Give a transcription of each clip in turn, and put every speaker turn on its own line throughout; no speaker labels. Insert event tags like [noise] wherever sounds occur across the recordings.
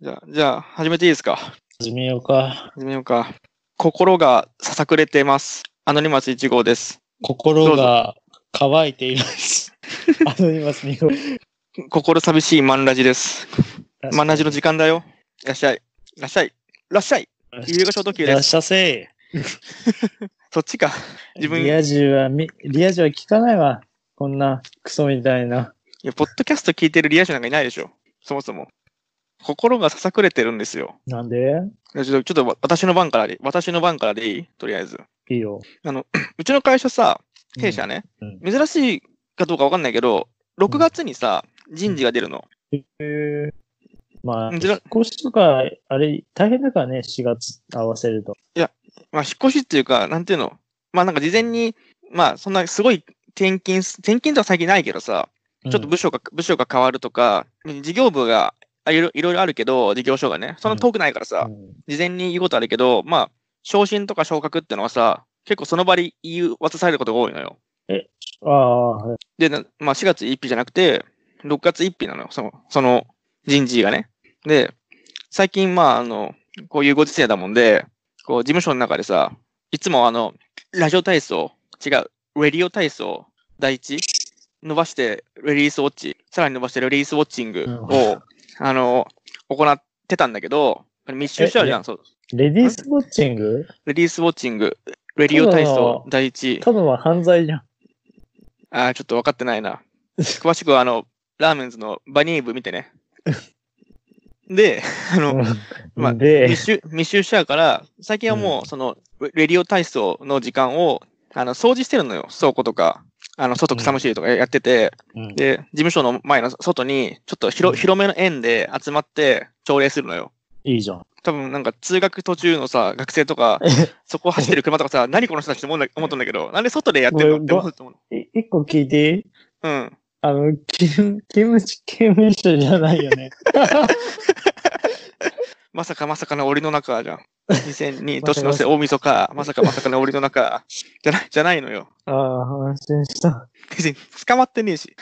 じゃあ、じゃあ、始めていいですか。
始めようか。
始めようか。心がささくれてます。アノニマス1号です。
心が乾いてい
[laughs]
ます。アノニマス2号。
心寂しいマンラジです。マンラジの時間だよ。いらっしゃい。いらっしゃい。いらっしゃい。
間
夕方消毒
い
湯
ら
で
っ
す。
しゃせ。
そっちか。自分、い
リア充はみ、リア充は聞かないわ。こんなクソみたいな。
や、ポッドキャスト聞いてるリア充なんかいないでしょ。そもそも。心がささくれてるんですよ。
なんで
いやちょっと、ちょっと私の番からで、私の番からでいいとりあえず。
いいよ。
うちの会社さ、弊社ね、
うん
珍しいかどうかわかんないけど、6月にさ、人事が出るの。
うん。へーまあ、
うんじゃあ
引っ越しとか、あれ、大変だからね、4月合わせると。
まあ、引っ越しっていうか、なんていうの、まあなんか事前に、まあそんなすごい転勤す、転勤とは最近ないけどさ、
ち
ちょっと部署が、部署が変わるとか、事業部があいろいろいろあるけど、事業所がね、そんな遠くないからさ、事前に言うことあるけど、まあ、昇進とか昇格ってのはさ、結構その場で言い渡されることが多いのよ。
ああ、はい
で、なまあ、4月1日じゃなくて、6月1日なのよ、その、その人事がね。で、最近、まあ、あの、こういうご時世だもんで、こう、事務所の中でさ、いつもあの、ラジオ体操、違う、レディオ体操、第一、伸ばして、レリースウォッチ、さらに伸ばして、レリースウォッチングを、あの、行ってたんだけど、これ密集しちゃうじゃん、そう。
レディースウォッチング
レリースウォッチング、レディオ体操、第一、
多分は犯罪じゃん。
ああ、ちょっと分かってないな。詳しくは、あの、ラーメンズのバニーブ見てね。で、あの、まあ
で、
密集、密集しちゃうから、最近はもう、その、レディオ体操の時間を、あの、掃除してるのよ。倉庫とか、あの、外草むしりとかやってて、
うん
で、事務所の前の外に、ちょっと広、
うん
広めの円で集まって朝礼するのよ。
いいじゃん。
多分なんか通学途中のさ、学生とか、そこを走ってる車とかさ、何この人たちって思うんだ思ったんだけど、なんで外でやってるのって思うと思。
い一個聞いていいう
うん。
あの、勤勤務刑務所じゃないよ [laughs] ね。
まさかまさかの檻の中
[laughs]
じゃん。2002年の瀬大晦日、まさかまさかの檻の中、 [laughs] じゃない、じゃないのよ。
ああ、話した。
別に捕まってねえし。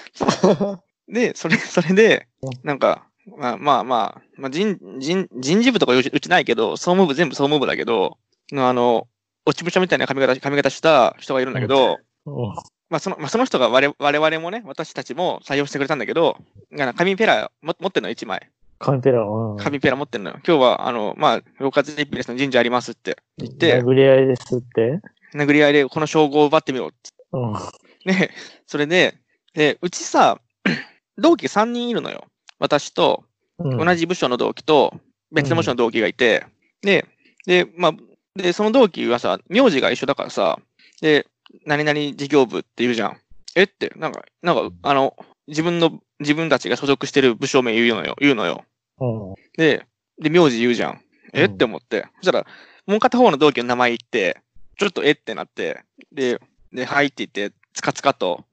で、それ、 [laughs] それで
うん、
なんか、まあまあまあ、まあ、人、人、人事部とかうちうちないけど、総務部全部総務部だけど、のあの、落ち武者みたいな髪型、髪型した人がいるんだけど、
お
まあその、まあその人が我々我々もね、私たちも採用してくれたんだけど、あの紙ペラも持ってんのよ、1枚。
カンペラ、うん。
紙ペラ持ってんのよ。今日は、あの、まあ、6月1日ですの神社ありますって。言って
殴り合いですって。
殴り合いでこの称号を奪ってみろっつ
うん。
って。ね、 [laughs] それで、で、うちさ、 [clears throat] 同期3人いるのよ。私と、
うん
同じ部署の同期と、別の部署の同期がいて、で、で、まあ、で、その同期はさ、名字が一緒だからさ、で、何々事業部って言うじゃん。えって、なんか、なんか、あの、自分の、自分たちが所属してる部署名言うのよ、言うのよ。
うん。
で、で、名字言うじゃん。え
う
っ
ん
て思って。そしたら、もう片方の同期の名前言って、ちょっとえってなって、で、で、はいって言って、つかつかと、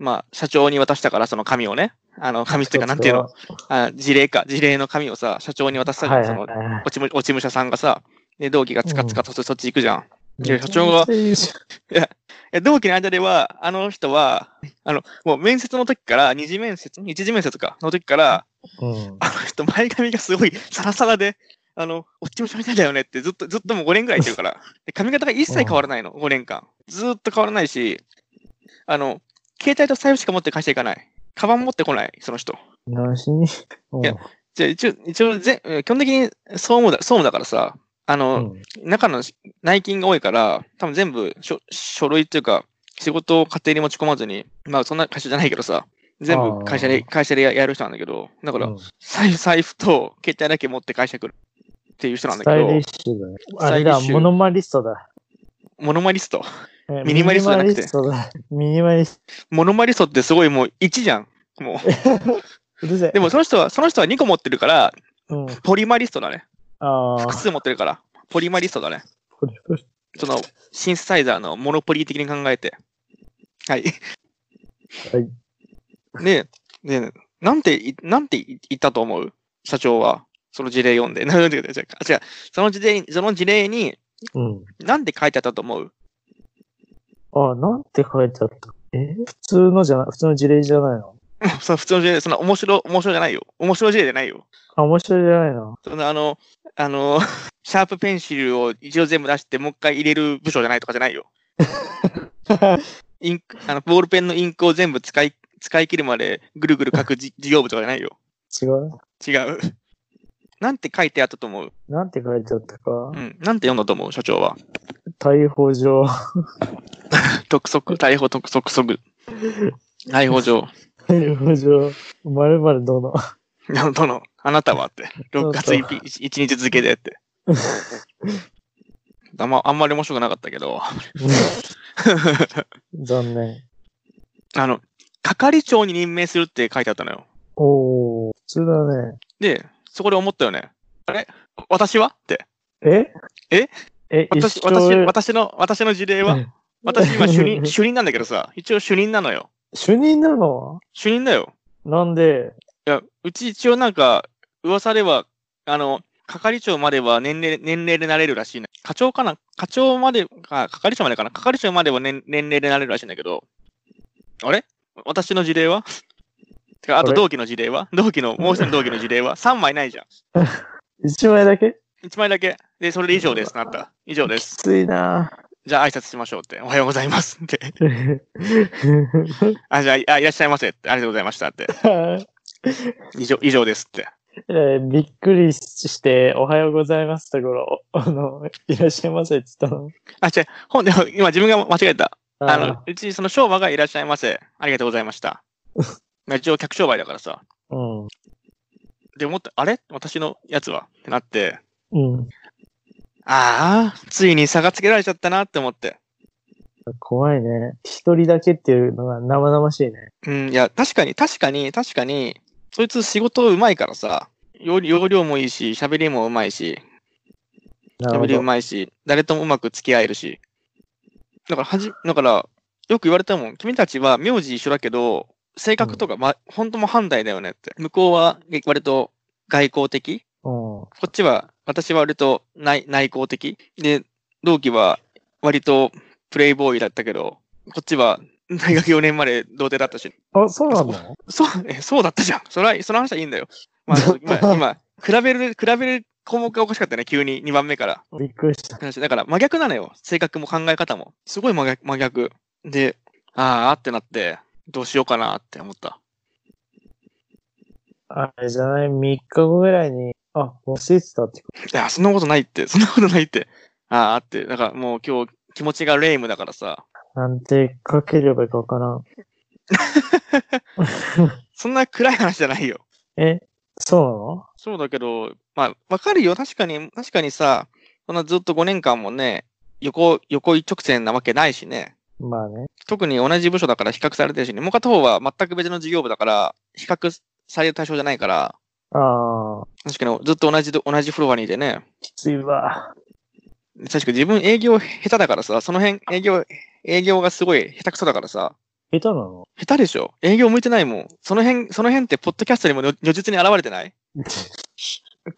まあ、社長に渡したから、その紙をね、あの、紙っていうか、なんていうの、あ事例か、事例の紙をさ、社長に渡したじゃん、
はいは
そ
い
の、
はい。
落ちむ、落ち武者さんがさ、で、同期がつかつかとそそっち行くじゃん。いや社長
め
が
ちゃめちゃいいじ
え同期の間では、あの人は、あの、もう面接の時から、二次面接、一次面接か、の時から、
ゃんうん。
あの人、前髪がすごいサラサラで、あの、おっちもしゃみたいだよねってずっと、ずっともう5年ぐらい言ってるから。で髪型が一切変わらないの、5年間。ずーっと変わらないし、あの、携帯と財布しか持って会社行かない。カバン持ってこない、その人。
何しに
いやじゃあ一応、一応ぜ、えー基本的に総務だ、総務だからさ、あ
う
の、
ん。うん
中の内勤が多いから、多分全部書書類っていうか、仕事を家庭に持ち込まずに、まあそんな会社じゃないけどさ、全部会社
あ
で、
ー
会社でややる人なんだけど、だから、財布財布と携帯だけ持って会社来るっていう人なん
ス
だ
タ
け
イリ
ど、
ッシュだね。
ス
あ
タ
れ
イリッシュ
だ、モノマリストだ。
モノマリスト。
え
ミニマリストじゃなくて
ミニマリス
モノマリストってすごいもう1じゃん。もう。
トだ。ミニマリスト。うるせえ。
でもその人は、その人は2個持ってるから、
うん。
ポリマリストだね。
ああ
複。 [laughs] 数持ってるから、ポリマリストだね。
これ
その、シンセサイザーのモノポリー的に考えて。はい。
はい。
で、で、なんてい、なんてい言ったと思う社長は。その事例読んで。 [laughs] なんて言った違うあ違う。その事例、その事例に、
うん。
なんて書いてあったと思う
あ、なんて書いてあったえ普通のじゃな、普通の事例じゃないの
[laughs] その普通の J で、そんな面白、面白じゃないよ。面白 J じゃないよ。
あ、面白いじゃないの。
そんなあの、あの、 [laughs] シャープペンシルを一応全部出して、もう一回入れる部署じゃないとかじゃないよ。インク、あの、ボールペンのインクを全部使い、使い切るまでぐるぐる書くじ事業部とかじゃないよ。
違う
違う。なんて書いてあったと思う
なんて書いてあったか
う。ん。なんて読んだと思う社長は。
逮捕状。 [laughs]
督促、逮捕督促即。逮捕状。
逮捕状。まるま
[laughs]
る殿。
どの、あなたはって。6月
そう
1, 日付けで
[laughs]
って。あんま、あんまり面白くなかったけど、
残念。
あの、係長に任命するって書いてあったのよ。
おー、普通だね。
で、そこで思ったよね。あれ私はって。
え
え
え、
私、
一生
私、私の、私の事例は
うん
私今主任、主任なんだけどさ、一応主任なのよ。
主任なの
主任だよ。
なんで、
いや、うち一応なんか、噂では、あの、係長までは年齢、年齢でなれるらしいな。課長かな課長まで、あ、係長までかな係長までは年年齢でなれるらしいんだけど、あれ私の事例はてかあと
あれ
同期の事例は同期の、もう一人の同期の事例は ?3 枚ないじゃん。
一枚だけ
1枚だけ。で、それで以上です。なった。以上で
き
す。
つい
[laughs]
な [laughs]
じゃあ挨拶しましょうって。おはようございますって。
ぁ
あ、じゃあ、あいらっしゃいませって。ありがとうございましたって。以上、以上ですって。
えーびっくりして、おはようございますところ、 [laughs] あの、いらっしゃいませって言ったの。
あ、違う。ほんで、今自分が間違えた。あ
ー
の、うち、その商売がいらっしゃいませ。ありがとうございま
[laughs]
した。まあ一応客商売だからさ。
うん。
で、思って、あれ私のやつはってなって、
うん。
ああ、ついに差がつけられちゃったなって思って。
怖いね。一人だけっていうのが生々しいね。
うん、いや、確かに、確かに、確かに、そいつ仕事うまいからさ、容容量もいいし、喋りもうまいし、
なる
喋
ほ
りう
ど。
まいし、誰ともうまく付き合えるし。だから、はじ、だから、よく言われたもん、君たちは名字一緒だけど、性格とか、ま、本当も反対だよねって。向こうは、割と外交的
うん。
こっちは、私は割と内内向的。で、同期は割とプレイボーイだったけど、こっちは大学4年まで童貞だったし、
あ、そうなの
そう、えそうだったじゃん。それは、その話はいいんだよ。まあ、今、今比べる、比べる項目がおかしかったね、急に2番目から。
びっくりした。
話だから真逆なのよ。性格も考え方も。すごい真逆。真逆で、あーってなって、どうしようかなって思った。
あれじゃない、3日後ぐらいに、あ、忘れてたってこ
いや、そんなことないって、そんなことないって。あーって、だからもう今日気持ちがレイムだからさ、
と。なんて書ければいいかわからん。
そんな暗い話じゃないよ。
え、そ
そうだけど、まあ、わかるよ。確かに、確かにさ、そんなずっと5年間もね、横、横一直線なわけないしね。
うなのまあね。
特に同じ部署だから比較されてるしね。もう片方は全く別の事業部だから、比較される対象じゃないから、
ああ、
確かにずっと同じど、同じフロアにいてね。
きついわ。
確か自分営業下手だからさ、その辺営業、営業がすごい下手くそだからさ、
下手なの
下手でしょ営業向いてないもん。その辺、その辺ってポッドキャストにも如如実に現れてない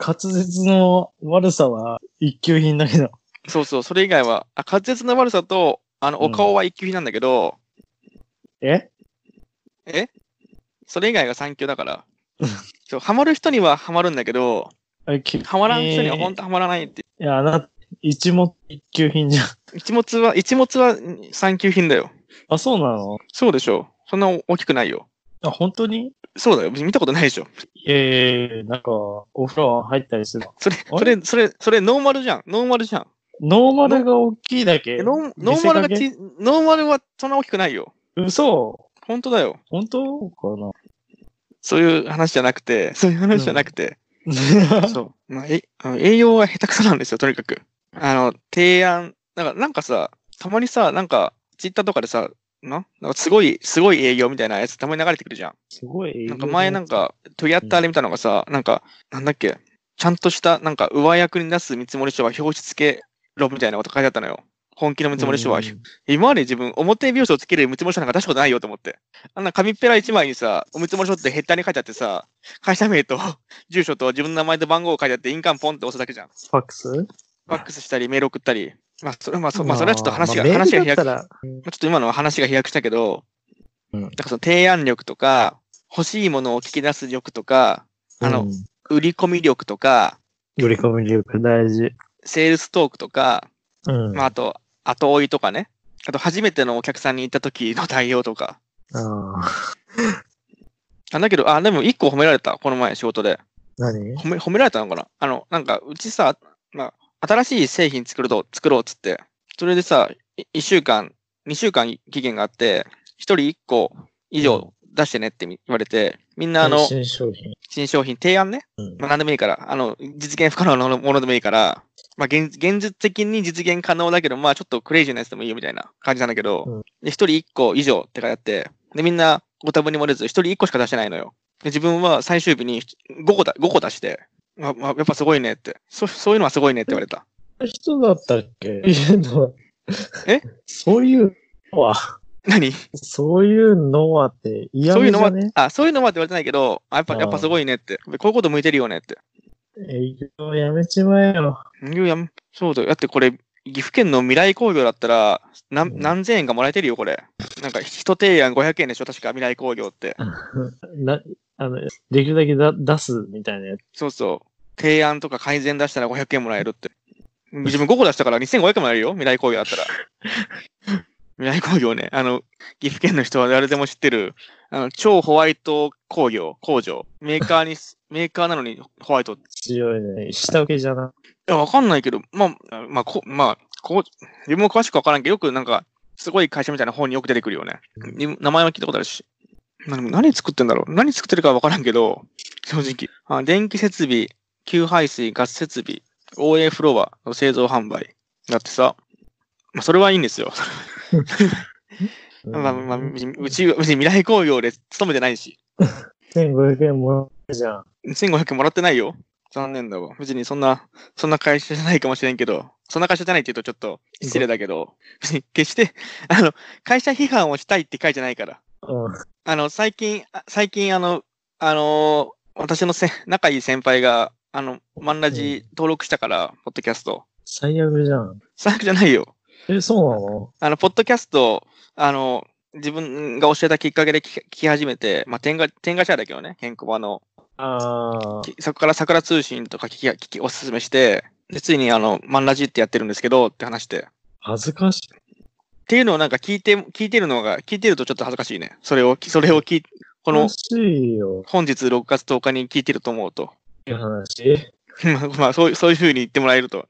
滑舌の悪さは一級品だけど。
そうそう、それ以外は、あ滑舌の悪さと、あの、
うん
お顔は一級品なんだけど、
え
それ以外が三級だから。そう、ハマる人にはハマるんだけど、
あき
ハマらん人には
えー
本当ハマらないって。
いや、あな、一も一級
[laughs]
品じゃん。
一物は、一物は三級品だよ。
あ、そうなの
そうでしょ。そんな大きくないよ。
あ、本当に
そうだよ。見たことないでしょ。
ええなんか、お風呂入ったりする。
それ、
あ
それ、それ、それ、ノーマルじゃん。ノーマルじゃん。
ノーマルが大きいだけ。
えノーノーマルが
見せかけ
ち、ノーマルはそんな大きくないよ。
嘘
本当だよ。
本当かな
そういう話じゃなくて、そういう話じゃなくて、そう。まあ、え、あの栄養は下手くそなんですよ、とにかく。あの、提案、なんか、なんかさ、たまにさ、なんか、ツイッターとかでさ、ななんかすごい、すごい営業みたいなやつたまに流れてくるじゃ
[laughs] すごい。
ん。なんか前なん。か、トリアッターで見たのがさ、なんか、なんだっけ、ちゃんとした、なんか、上役に出す見積書は表紙付けろみたいなこと書いてあったのよ。本気の見積書は、今まで自分、表表紙をつける見積書なんか出したことないよと思って。あんな紙っぺら一枚にさ、お見積書ってヘッダーに書いてあってさ、会社名と [laughs] 住所と自分の名前と番号を書いてあって、印鑑ポンって押すだけじゃん。フ
ファックス
ァックスしたり、メール送ったり。まあ、それ,、まあそまあ、それはちょっと話が、
まあ
話が飛
メールだっ
躍、
た
ま
ら
あちょっと今のは話が飛躍したけど、
うん
だからその提案力とか、欲しいものを聞き出す力とか、あの、
うん、
売り込み力とか、
売り込み力大事。
セールストークとか、
うん。
まあ、あと、後追いとかね。あと、初めてのお客さんに行った時の対応とか。
ああ。
あ、だけど、あ、でも一個褒められた、この前仕事で。
何
褒め、褒められたのかなあの、なんか、うちさ、まあ、新しい製品作ると、作ろうっつって。それでさ、1週間、2週間期限があって、1人1個以上出してねってみ言われて、みんなあの、
新商品。
新商品提案ね。
うん
まあ、何でもいいから、あの、実現不可能なものでもいいから、まあ、現現実的に実現可能だけど、まあ、ちょっとクレイジーなやつでもいいよみたいな感じなんだけど、
うん
で、一人一個以上って書いてあって、で、みんなご多分に漏れず、一人一個しか出してないのよ。で、自分は最終日に5個だ、5個出して、ままあ、やっぱすごいねって、そ、そういうのはすごいねって言われた。
人だったっけいうのは。
え
そういうのは、
何
そういうのはって嫌
そういう
味
の
じ
は
ゃね、
あ、そういうのはって言われてないけど、あやっぱ、やっぱすごいねって。こういうこと向いてるよねって。
営業やめちまえよ。 [laughs]
いやいや、そうだよ。だってこれ、岐阜県の未来工業だったら、な
うん
ん何千円かもらえてるよ、これ。なんか、一提案500円でしょ、確か未来工業って。
な、あの、できるだけだ出すみたいなやつ。
そうそう。提案とか改善出したら500円もらえるって。自分5個出したから2500円もらえるよ、未来工業だったら。
[laughs]
未来工業ね、あの、岐阜県の人は誰でも知ってる、あの、超ホワイト工業、工場。メーカーにす、メーカーなのにホワイトって
強いね。下請けじゃな。
いや、わかんないけど、まあ、まあ、こ、まあ、こう、自分も詳しくわからんけど、よくなんか、すごい会社みたいな本によく出てくるよね。
うん
に名前は聞いたことあるし。何何作ってんだろう何作ってるかわからんけど、正直。あ電気設備、給排水、ガス設備、OA フロアの製造販売。だってさ、まあ、それはいいんですよ。 [laughs] まあ、まあ、うち、うち未来工業で勤めてないし。
1500円もらうじゃん。
1500もらってないよ。残念だわ。別にそんな、そんな会社じゃないかもしれんけど、そんな会社じゃないって言うとちょっと失礼だけど、 [laughs] 別に決して、あの、会社批判をしたいって会じゃないから。
うん。
あの、最近、あ最近あの、あのー私のせ仲いい先輩が、あの、マンラジ登録したから、ポッドキャスト。
最悪じゃん。
最悪じゃないよ。
え、そうなの
あの、ポッドキャスト、あの、自分が教えたきっかけで聞き聞き始めて、まあ、天下、天下茶屋だけどね、ケンコバの
ああ。
きそこから桜通信とか聞き聞きおすすめして、でついにあの、マンラジってやってるんですけどって話して。っ
恥ずかしい。
ていうのをなんか聞いて、聞いてるのが、聞いてるとちょっと恥ずかしいね。それを、それを聞い、こ
こ
の、
しいよ。
本日6月10日に聞いてると思うと。 [laughs]
いう話。
まあまあ、そういう、そういう風に言ってもらえると。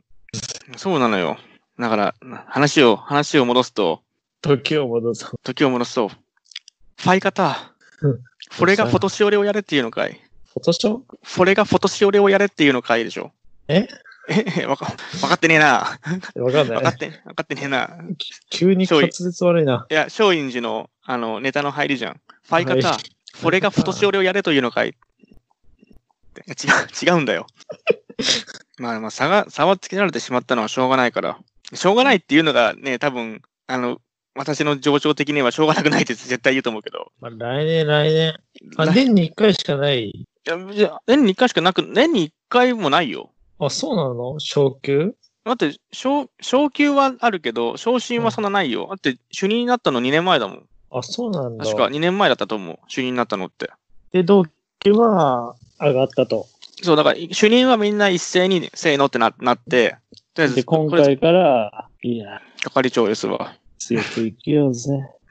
そうなのよ。だから、話を、話を戻すと、
時を戻 [laughs] そう。
時を戻すと、ファイ方
うん。
これがフォトシオレをやれっていうのかい。
フォトショー
これがフォトシオレをやれっていうのかいでしょ。
え
え、 [laughs] わか、わかってねえな。
わかん
わ
な
か
い
っ。て、わかってねえな。
急に滑舌悪いな。
いや、松陰寺の、あの、ネタの入りじゃん。ファイ方、
はい
これがフォトシオレをやれというのかい。いや違う、違うん
[laughs]
だよ。まあまあ、差が、差はつけられてしまったのはしょうがないから。しょうがないっていうのがね、多分、あの、私の情緒的にはしょうがなくないって絶対言うと思うけど。
まあ、来年、来年。あ、
な
年に一回しかない。
いやじゃあ年に1回しかなく、年に1回もないよ。
あ、そうなの昇級
だって、昇、昇級はあるけど、昇進はそんなないよ。だって、主任になったの2年前だもん。
あ、そうなんだ。
確か2年前だったと思う。主任になったのって。
で、同期は上がったと。
そう、だから、主任はみんな一斉に、せーのってななって、とりあえず、
で、今
これ
回から、いや、
係長ですわ。
強く生きようぜ。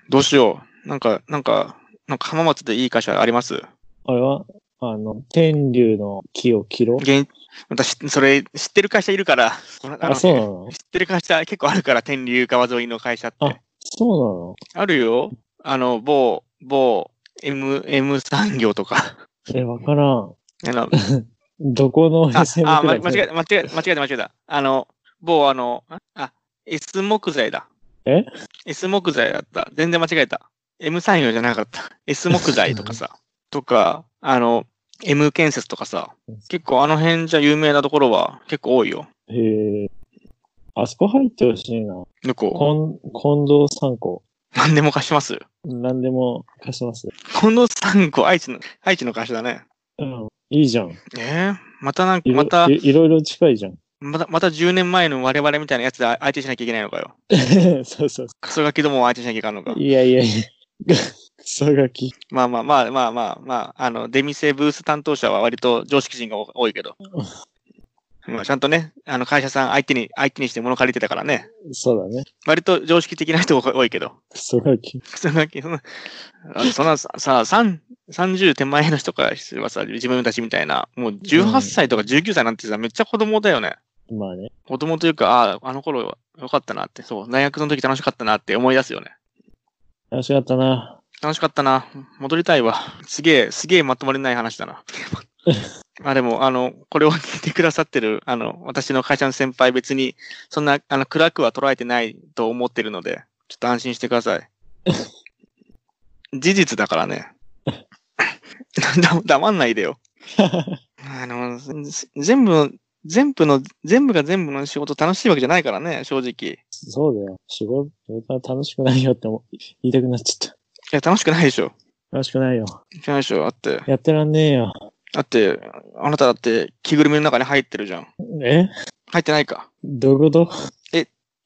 どうしよう。なんか、なんか、なんか浜松でいい会社あります
あれは、あの、天竜の木を切ろう。
現私、それ、知ってる会社いるから、このあ
あ、
の
そうなの
知ってる会社結構あるから、天竜川沿いの会社って。
あ
あ
そ
るよ。あの、某、某、M、M 産業とか。
うなのえ、わからん。
あの、
どこ [laughs] の
あ、
SM
あ、ま
クラブ
間違えた、間違えた、間違えた、間違えた。あの、某あの、あ、S 木材だ。
え
?S 木材だった。全然間違えた。M 産業じゃなかった。S 木材とか
[laughs]
さ、とか、あの、M 建設とかさ、結構あの辺じゃ有名なところは結構多いよ。
へえ。あそこ入ってほしいな。
向こ
こん近藤三個。
う。何でも貸します。
何でも貸します。
この3個、愛知の、愛知の会社だね。
うん。いいじゃん。
ええまたなんか、
いろ
また、
いいろいろ近いじゃん。
また、また10年前の我々みたいなやつで相手しなきゃいけないのかよ。
[laughs] そうそうそ
クソガキどもを相手しなきゃいけないのか
う。。いやいやいや。クソガキ。
まあまあまあまあまあまあ、あの、出店ブース担当者は割と常識人が多いけど。まあ、ちゃんとね、あの会社さん相手に、相手にして物借りてたからね。
そうだね。
割と常識的な人が多いけど。 [laughs]
クソガキ。
そんな、そんなあのそんなさ、さ三30手前の人からすればさ、自分たちみたいな、もう18歳とか19歳なんてさ、めっちゃ子供だよね。
まあね。
子供というか、ああ、あの頃よかったなって、そう、大学の時楽しかったなって思い出すよね。
楽しかったな。
楽しかったな。戻りたいわ。すげえ、すげえまとまりない話だな。まあでも、あの、これを聞いてくださってる、あの、私の会社の先輩別に、そんな、あの、暗くは捉えてないと思ってるので、ちょっと安心してください。事実だからね。だ黙んないでよ。あの、ぜ全部の、全部の、全部が全部の仕事楽しいわけじゃないからね、正直。い
そうだよ。仕事は楽しくないよって思う言いたくなっちゃった。
や、楽しくないでしょ。
楽しくないよ。
楽しくないでしょ。だって、
やってらんねえよ。
だって、あなただって着ぐるみの中に入ってるじゃん。
え
入ってないか。
どういうこと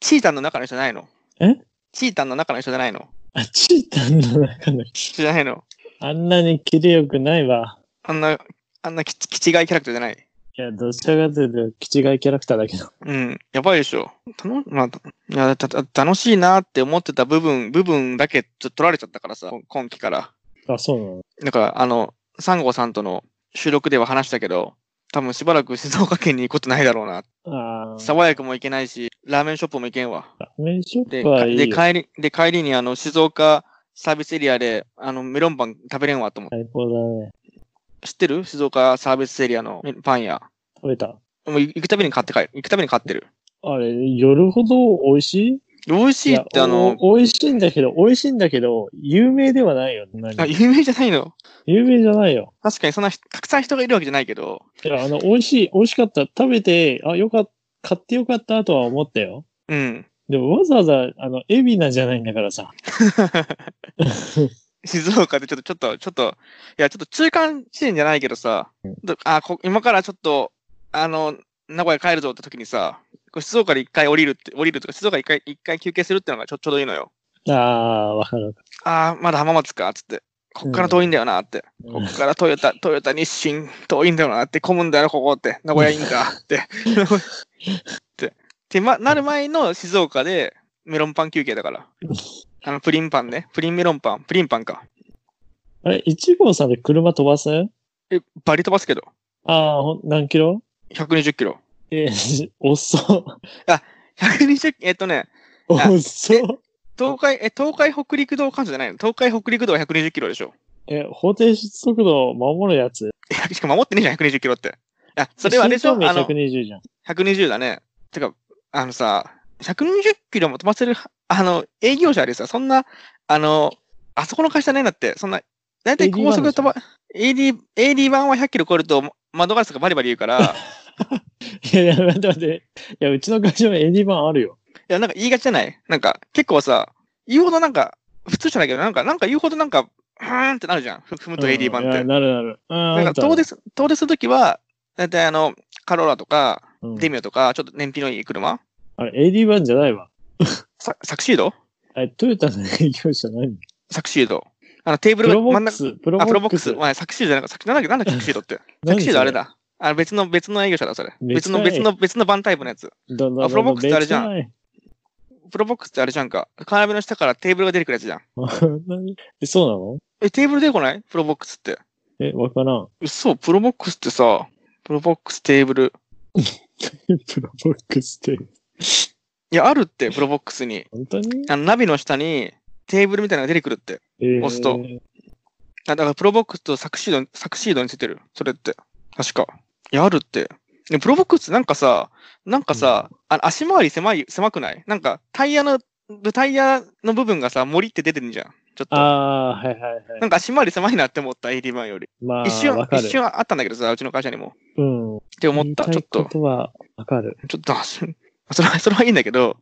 チータンの中の人じゃないの
え
チータンの中の人じゃないの
あ、チータンの中の人。
じゃないの
あんなにキレよくないわ。
あんな、あんなききちがいキャラクターじゃない。
いや、どちらかというと、気違いキャラクターだけど。
うん、やばいでしょ。たのまあ、いやたた楽しいなって思ってた部分、部分だけちょっと取られちゃったからさ、こ今期から。
あ、そうなの
だから、あの、サンゴさんとの収録では話したけど、多分しばらく静岡県に行くことないだろうな。
ああ。
爽やかも行けないし、ラーメンショップも行けんわ。
ラーメンショッ
で、
プはいい
で
よ。
帰り、で、帰りにあの、静岡サービスエリアで、あの、メロンパン食べれんわと思って
最高だね。
知ってる静岡サービスエリアのパン屋。
食べた。
もう行くたびに買って帰る。行くたびに買ってる。
あれ、夜ほど美味しい
美味しいってあの、
お美味しいんだけど、美味しいんだけど、有名ではないよ。何
あ、有名じゃないの
有名じゃないよ。
確かにそんな、たくさん人がいるわけじゃないけど、
いや、あの、美味しい、美味しかった。食べて、あ、よかった、買ってよかったとは思ったよ。
うん。
でもわざわざ、あの、海老名じゃないんだからさ。
静岡でちょっと、ちょっと、ちょっと、いや、ちょっと中間地点じゃないけどさ、どあこ、今からちょっと、あの、名古屋帰るぞって時にさ、こう静岡で一回降りるって、降りるとか、静岡で一回、一回休憩するってのがちょちょうどいいのよ。
ああ、わかるわか
ああ、まだ浜松か、つって。こっから遠いんだよな、って。
る。
こっからトヨタ、トヨタ日清、遠いんだよなって、混むんだよな、ここって、名古屋いいんかって。って、ってま、なる前の静岡でメロンパン休憩だから。あの、プリンパンね。プリンメロンパン、プリンパンか。
あれ、1号さんで車飛ばす
え、バリ飛ばすけど、
ああ、ほん何キロ
120キロ。
えー、 [laughs] 遅っ。
120えっとね、あ
遅っ。
東海、え、東海北陸道関所じゃないの東海北陸道は120キロでしょ。
え、法定速度を守るやつ。
いやしかも守ってねえじゃん、120キロって。あ、それはあれでしょ
新幹
あ
線
の、
120じゃん。
120だね。てか、あのさ、120キロも飛ばせる、あの、営業者でさ、そんな、あの、あそこの会社ねえんだって、そんな、だいたい
AD1
高速で飛ば、AD、AD1 は100キロ超えると窓ガラスがバリバリ言う [laughs] から、
いやいや、待って待って。いや、うちの会社もエディバンあるよ。
いや、なんか言いがちじゃないなんか、結構さ、言うほどなんか、普通じゃないけど、なんか、なんか言うほどなんか、うーんってなるじゃん。ふ踏むと AD 版
うん
っ
いや
て。
なるなる。うん。
なんか、遠出す、遠出するときは、だいたいあの、カローラとか、
うん
デミオとか、ちょっと燃費のいい車
あれ、エディバンじゃないわ。
ササクシード
あれ、トヨタの営業者何
サクシード。あの、テーブル
プ
が
ロボ
真ん
ッ
中。
クス。プロ
あ、プロボックス。
何
まあ、サクシードじゃなくて、サクなんだっけなんだっけサクシードって。サ
そ
クシードあれ。だ。あの別の、別の営業者だ、それ。別の、
別
別
の
の、別のバンタイプのやつ。
どんどんどんどん
あプロボックスってあれじゃん
別
プロボックスってあれじゃんか。カーナビの下からテーブルが出てくるやつじゃん。
のない。 [laughs] え、そう
え、テーブル出てこないプロボックスって。
なのえ、わからん。 [laughs]
嘘、プロボックスってさ、プロボックステーブル。
プロボックスって。
いや、あるって、プロボックスに。
本当に
あの、ナビの下にテーブルみたいなのが出てくるって。押すと。
えー
あだから、プロボックスとサクシード、サクシードについてる。それって。確か。いや、あるって。でプロボックスなんかさ、なんかさ、あの足回り狭い、狭くないなんか、タイヤの、タイヤの部分がさ、森って出てるじゃん。ちょっと。
ああ、はいはいはい。
なんか足回り狭いなって思った、AD1 より。
まあ、
一瞬
わ、か
一
る。
瞬あったんだけどさ、うちの会社にも。
うん。
って思った。ちょっ
言いい
と
こ、とは、わかる。
ちょっと、それは、 [laughs] それはいいんだけど、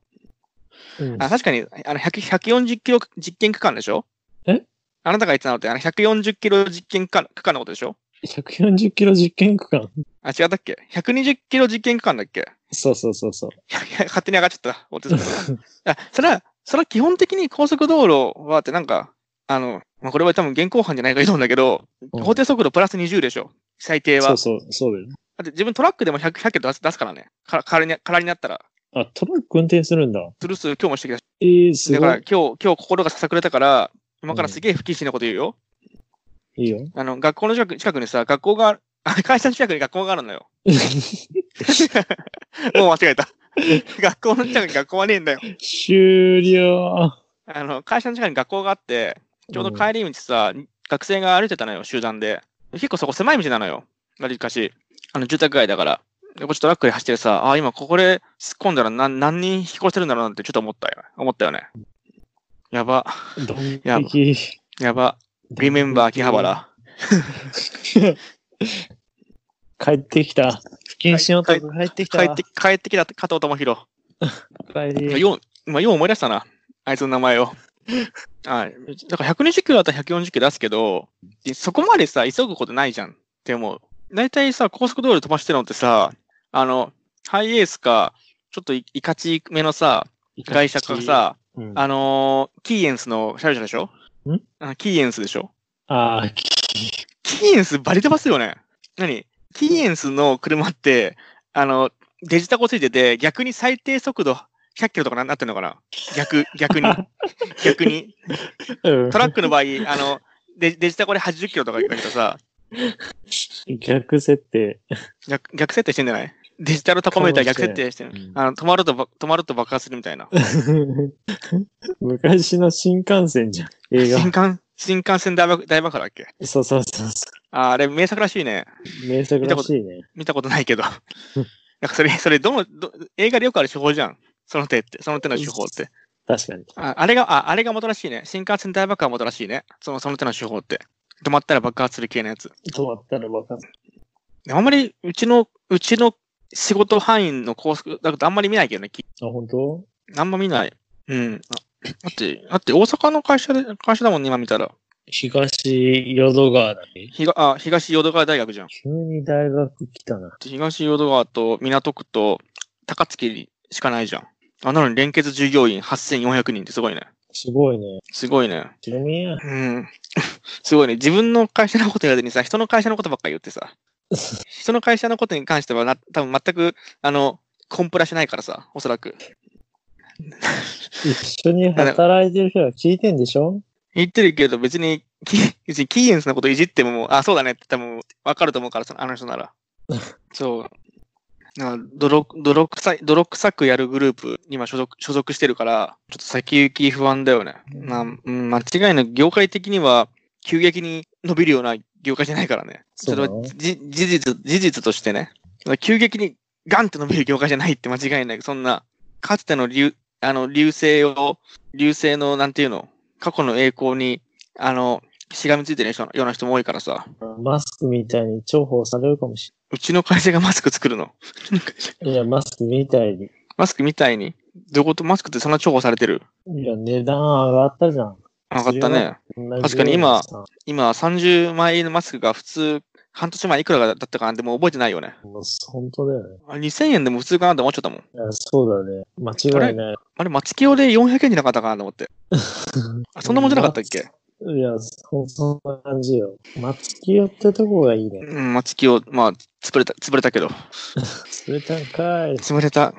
うん
あ確かに、あの、100 140キロ実験区間でしょ
え
あなたが言ってたのって、あの、140キロ実験区間区間のことでしょ
140キロ実験区間。
あ、違ったっけ ?120 キロ実験区間だっけ
そうそうそうそう。
いやいや勝手に上がっちゃった。
[laughs]
お手伝い。あ、それは、それは基本的に高速道路はってなんか、あの、まあ、これは多分現行犯じゃないからいいと思うんだけど、
うん
法定速度プラス20でしょ。最低は。
そうそう、そうだよね。
だって自分トラックでも100、100キロ出す出すからね。か空に空になったら。
あ、トラック運転するんだ。
トゥルース今日もしてきたし。
えー、す
だか
ご
ら
い。
今日、今日心がささくれたから、今からすげえ不謹慎なこと言うよ。
いいよ。
あの、学校の近く近くにさ、学校が [laughs] ある、あ会社の近くに学校があるのよ。 [laughs] もう間違えた。 [laughs] 学校の近くに学校はねえんだよ。
終了。
あの、会社の近くに学校があって、ちょうど帰り道さ、学生が歩いてたのよ、集団で。結構そこ狭い道なのよ。わりかし。あの、住宅街だから。でこっちトラックで走ってさ、あ、今ここで突っ込んだら何何人引き殺せるんだろうなってちょっと思ったよ。思ったよね。やば。
ドン
や
引き。
やば。リメンバー秋葉原。
[laughs] 帰ってきた。不謹慎男帰ってき
帰
た。
って、帰ってきた加藤智弘。
帰り
今よう、今よう思い出したな。あいつの名前を。はい。だから120キロだったら140キロ出すけど、そこまでさ、急ぐことないじゃんって思う。大体さ、高速道路飛ばしてるのってさ、あの、ハイエースか、ちょっといいかちめのさ、外車か、さ、
うんあ
あのーキーエンスの車両車でしょ
ん
あキーエンスでしょ
あー、
キーエンスバリ飛ばすよね。何キーエンスの車って、あの、デジタコついてて、逆に最低速度100キロとかななってんのかな逆、逆に。逆に。
[laughs] うん
トラックの場合、あの、デデジタコで80キロとか言うけどさ、
逆設定。 [laughs]
逆逆設定してんじゃないデジタルタコメーター逆設定してる
かもしれ。ん
あの、止まるとば、止まると爆発するみたいな。
昔の新幹線じゃん。映
新
画。
幹、新幹線大爆大爆破だっけ
そうそうそうそ
あーあれ名作らしいね。
う。名作らしいね。
見たことない
[laughs]
けど。なんかそれ、それ、どの、ど映画でよくある手法じゃん。その手って、その手の手法って。
確かに。
ああれが、ああれが元らしいね。新幹線大爆破は元らしいね。その、その手の手法って。止まったら爆発する系のやつ。
止まったら分かんない。
であんまり、うちの、うちの仕事範囲の高速だとあんまり見ないけどね。き
あ、本当
あんま見ない。うん。あだって、だって大阪の会社で、会社だもんね、今見たら。
東淀川だっけ
東あ、東淀川大学じゃん。
急に大学来たな。
東淀川と港区と高槻しかないじゃん。あ、なのに連結従業員8400人ってすごいね。
すごいね。
すごいね。
白身や。
うん。 [laughs] すごいね。自分の会社のこと言わずにさ、人の会社のことばっかり言ってさ、人の会社のことに関してはな、多分全く、あの、コンプラしないからさ、おそらく。
一緒に働いてる人は聞いてんでしょ
言ってるけど、別に、 [laughs] キ別にキーエンスのこといじっても、あ、そうだねって多分わかると思うから、そのあの人なら。そう。なんか泥泥臭い泥臭くやるグループに今所属所属してるから、ちょっと先行き不安だよね。まあ、うん間違いなく業界的には急激に伸びるような業界じゃないからね。
そう
れ
な
は
の
じ事実、事実としてね。急激にガンって伸びる業界じゃないって間違いなく、そんな、かつての流、あの、流星を、流星の、なんていうの、過去の栄光に、あの、しがみついてる人ような人も多いからさ、
マスクみたいに重宝されるかもし
うちの会社がマスク作るの。
れない。いや、マスクみたいに。
マスクみたいに。どういうことマスクってそんな重宝されてる
いや、値段上がったじゃん。
上がったね。確かに今今30万円のマスクが普通、半年前いくらだったかなんてもう覚えてないよね。
もう本当だよね。
あ2000円でも普通かなって思っちゃったもん。
いやそうだね。間違
[laughs]
いない。
あれ、松清で400円じゃなかったかなと思って。あそんなもんじゃなかったっけ
いや、そそんな感じよ。松木寄ってとこがいいね。
うん、松清、まあ、潰れた、潰れたけど。
それたんかい。
潰れた。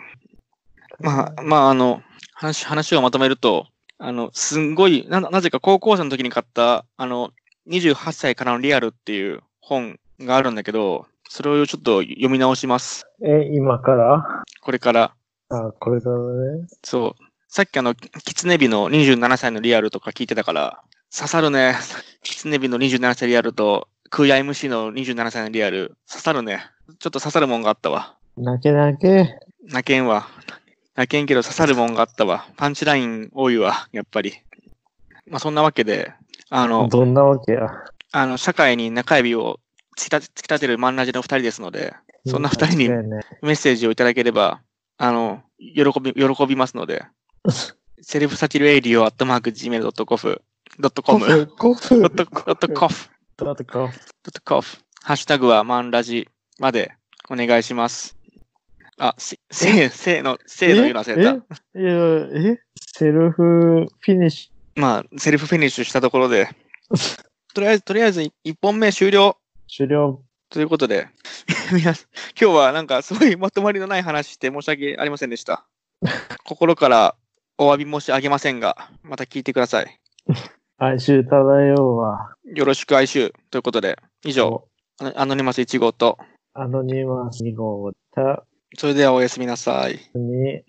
まあ、まあ、あの、話、話をまとめると、あの、すんごい、な、なぜか高校生の時に買った、あの、28歳からのリアルっていう本があるんだけど、それをちょっと読み直します。
え、今から
これから。
あ、これからね。
そう。さっきあの、キキツネビの27歳のリアルとか聞いてたから、刺さるね。キツネビの27歳リアルと、クーヤ MC の27歳のリアル、刺さるね。ちょっと刺さるもんがあったわ。
泣け泣け。
泣けんわ。泣けんけど刺さるもんがあったわ。パンチライン多いわ、やっぱり。まあそんなわけで、あの、
どんなわけや。
あの社会に中指を突き立て突き立てるマンラジの二人ですので、そんな二人に
間違いない
メッセージをいただければ、あの、喜び、喜びますので、セルフサティルエイリオアットマーク Gmail.cof、ドットコム、
[laughs]
ドッ
コフ。コフ
トコフ、ドットコフ、
だってか。
ドットコフ、ハッシュタグはマンラジまでお願いします。あ、せ、せ、せの、せの言うの忘れた。
ええいや、えセルフフィニッシ
まあ、セルフフィニッシュしたところで、とりあえず、とりあえず1本目終了
終了。
ということで、 [laughs] 皆さん、今日はなんかすごいまとまりのない話して申し訳ありませんでした。心からお詫び申し上げませんが、また聞いてください。
哀愁漂うわ。
よろしく哀愁ということで、以上、アノアノニマス1号と、
アノニマス2号だ。
それではおやすみなさい。
に、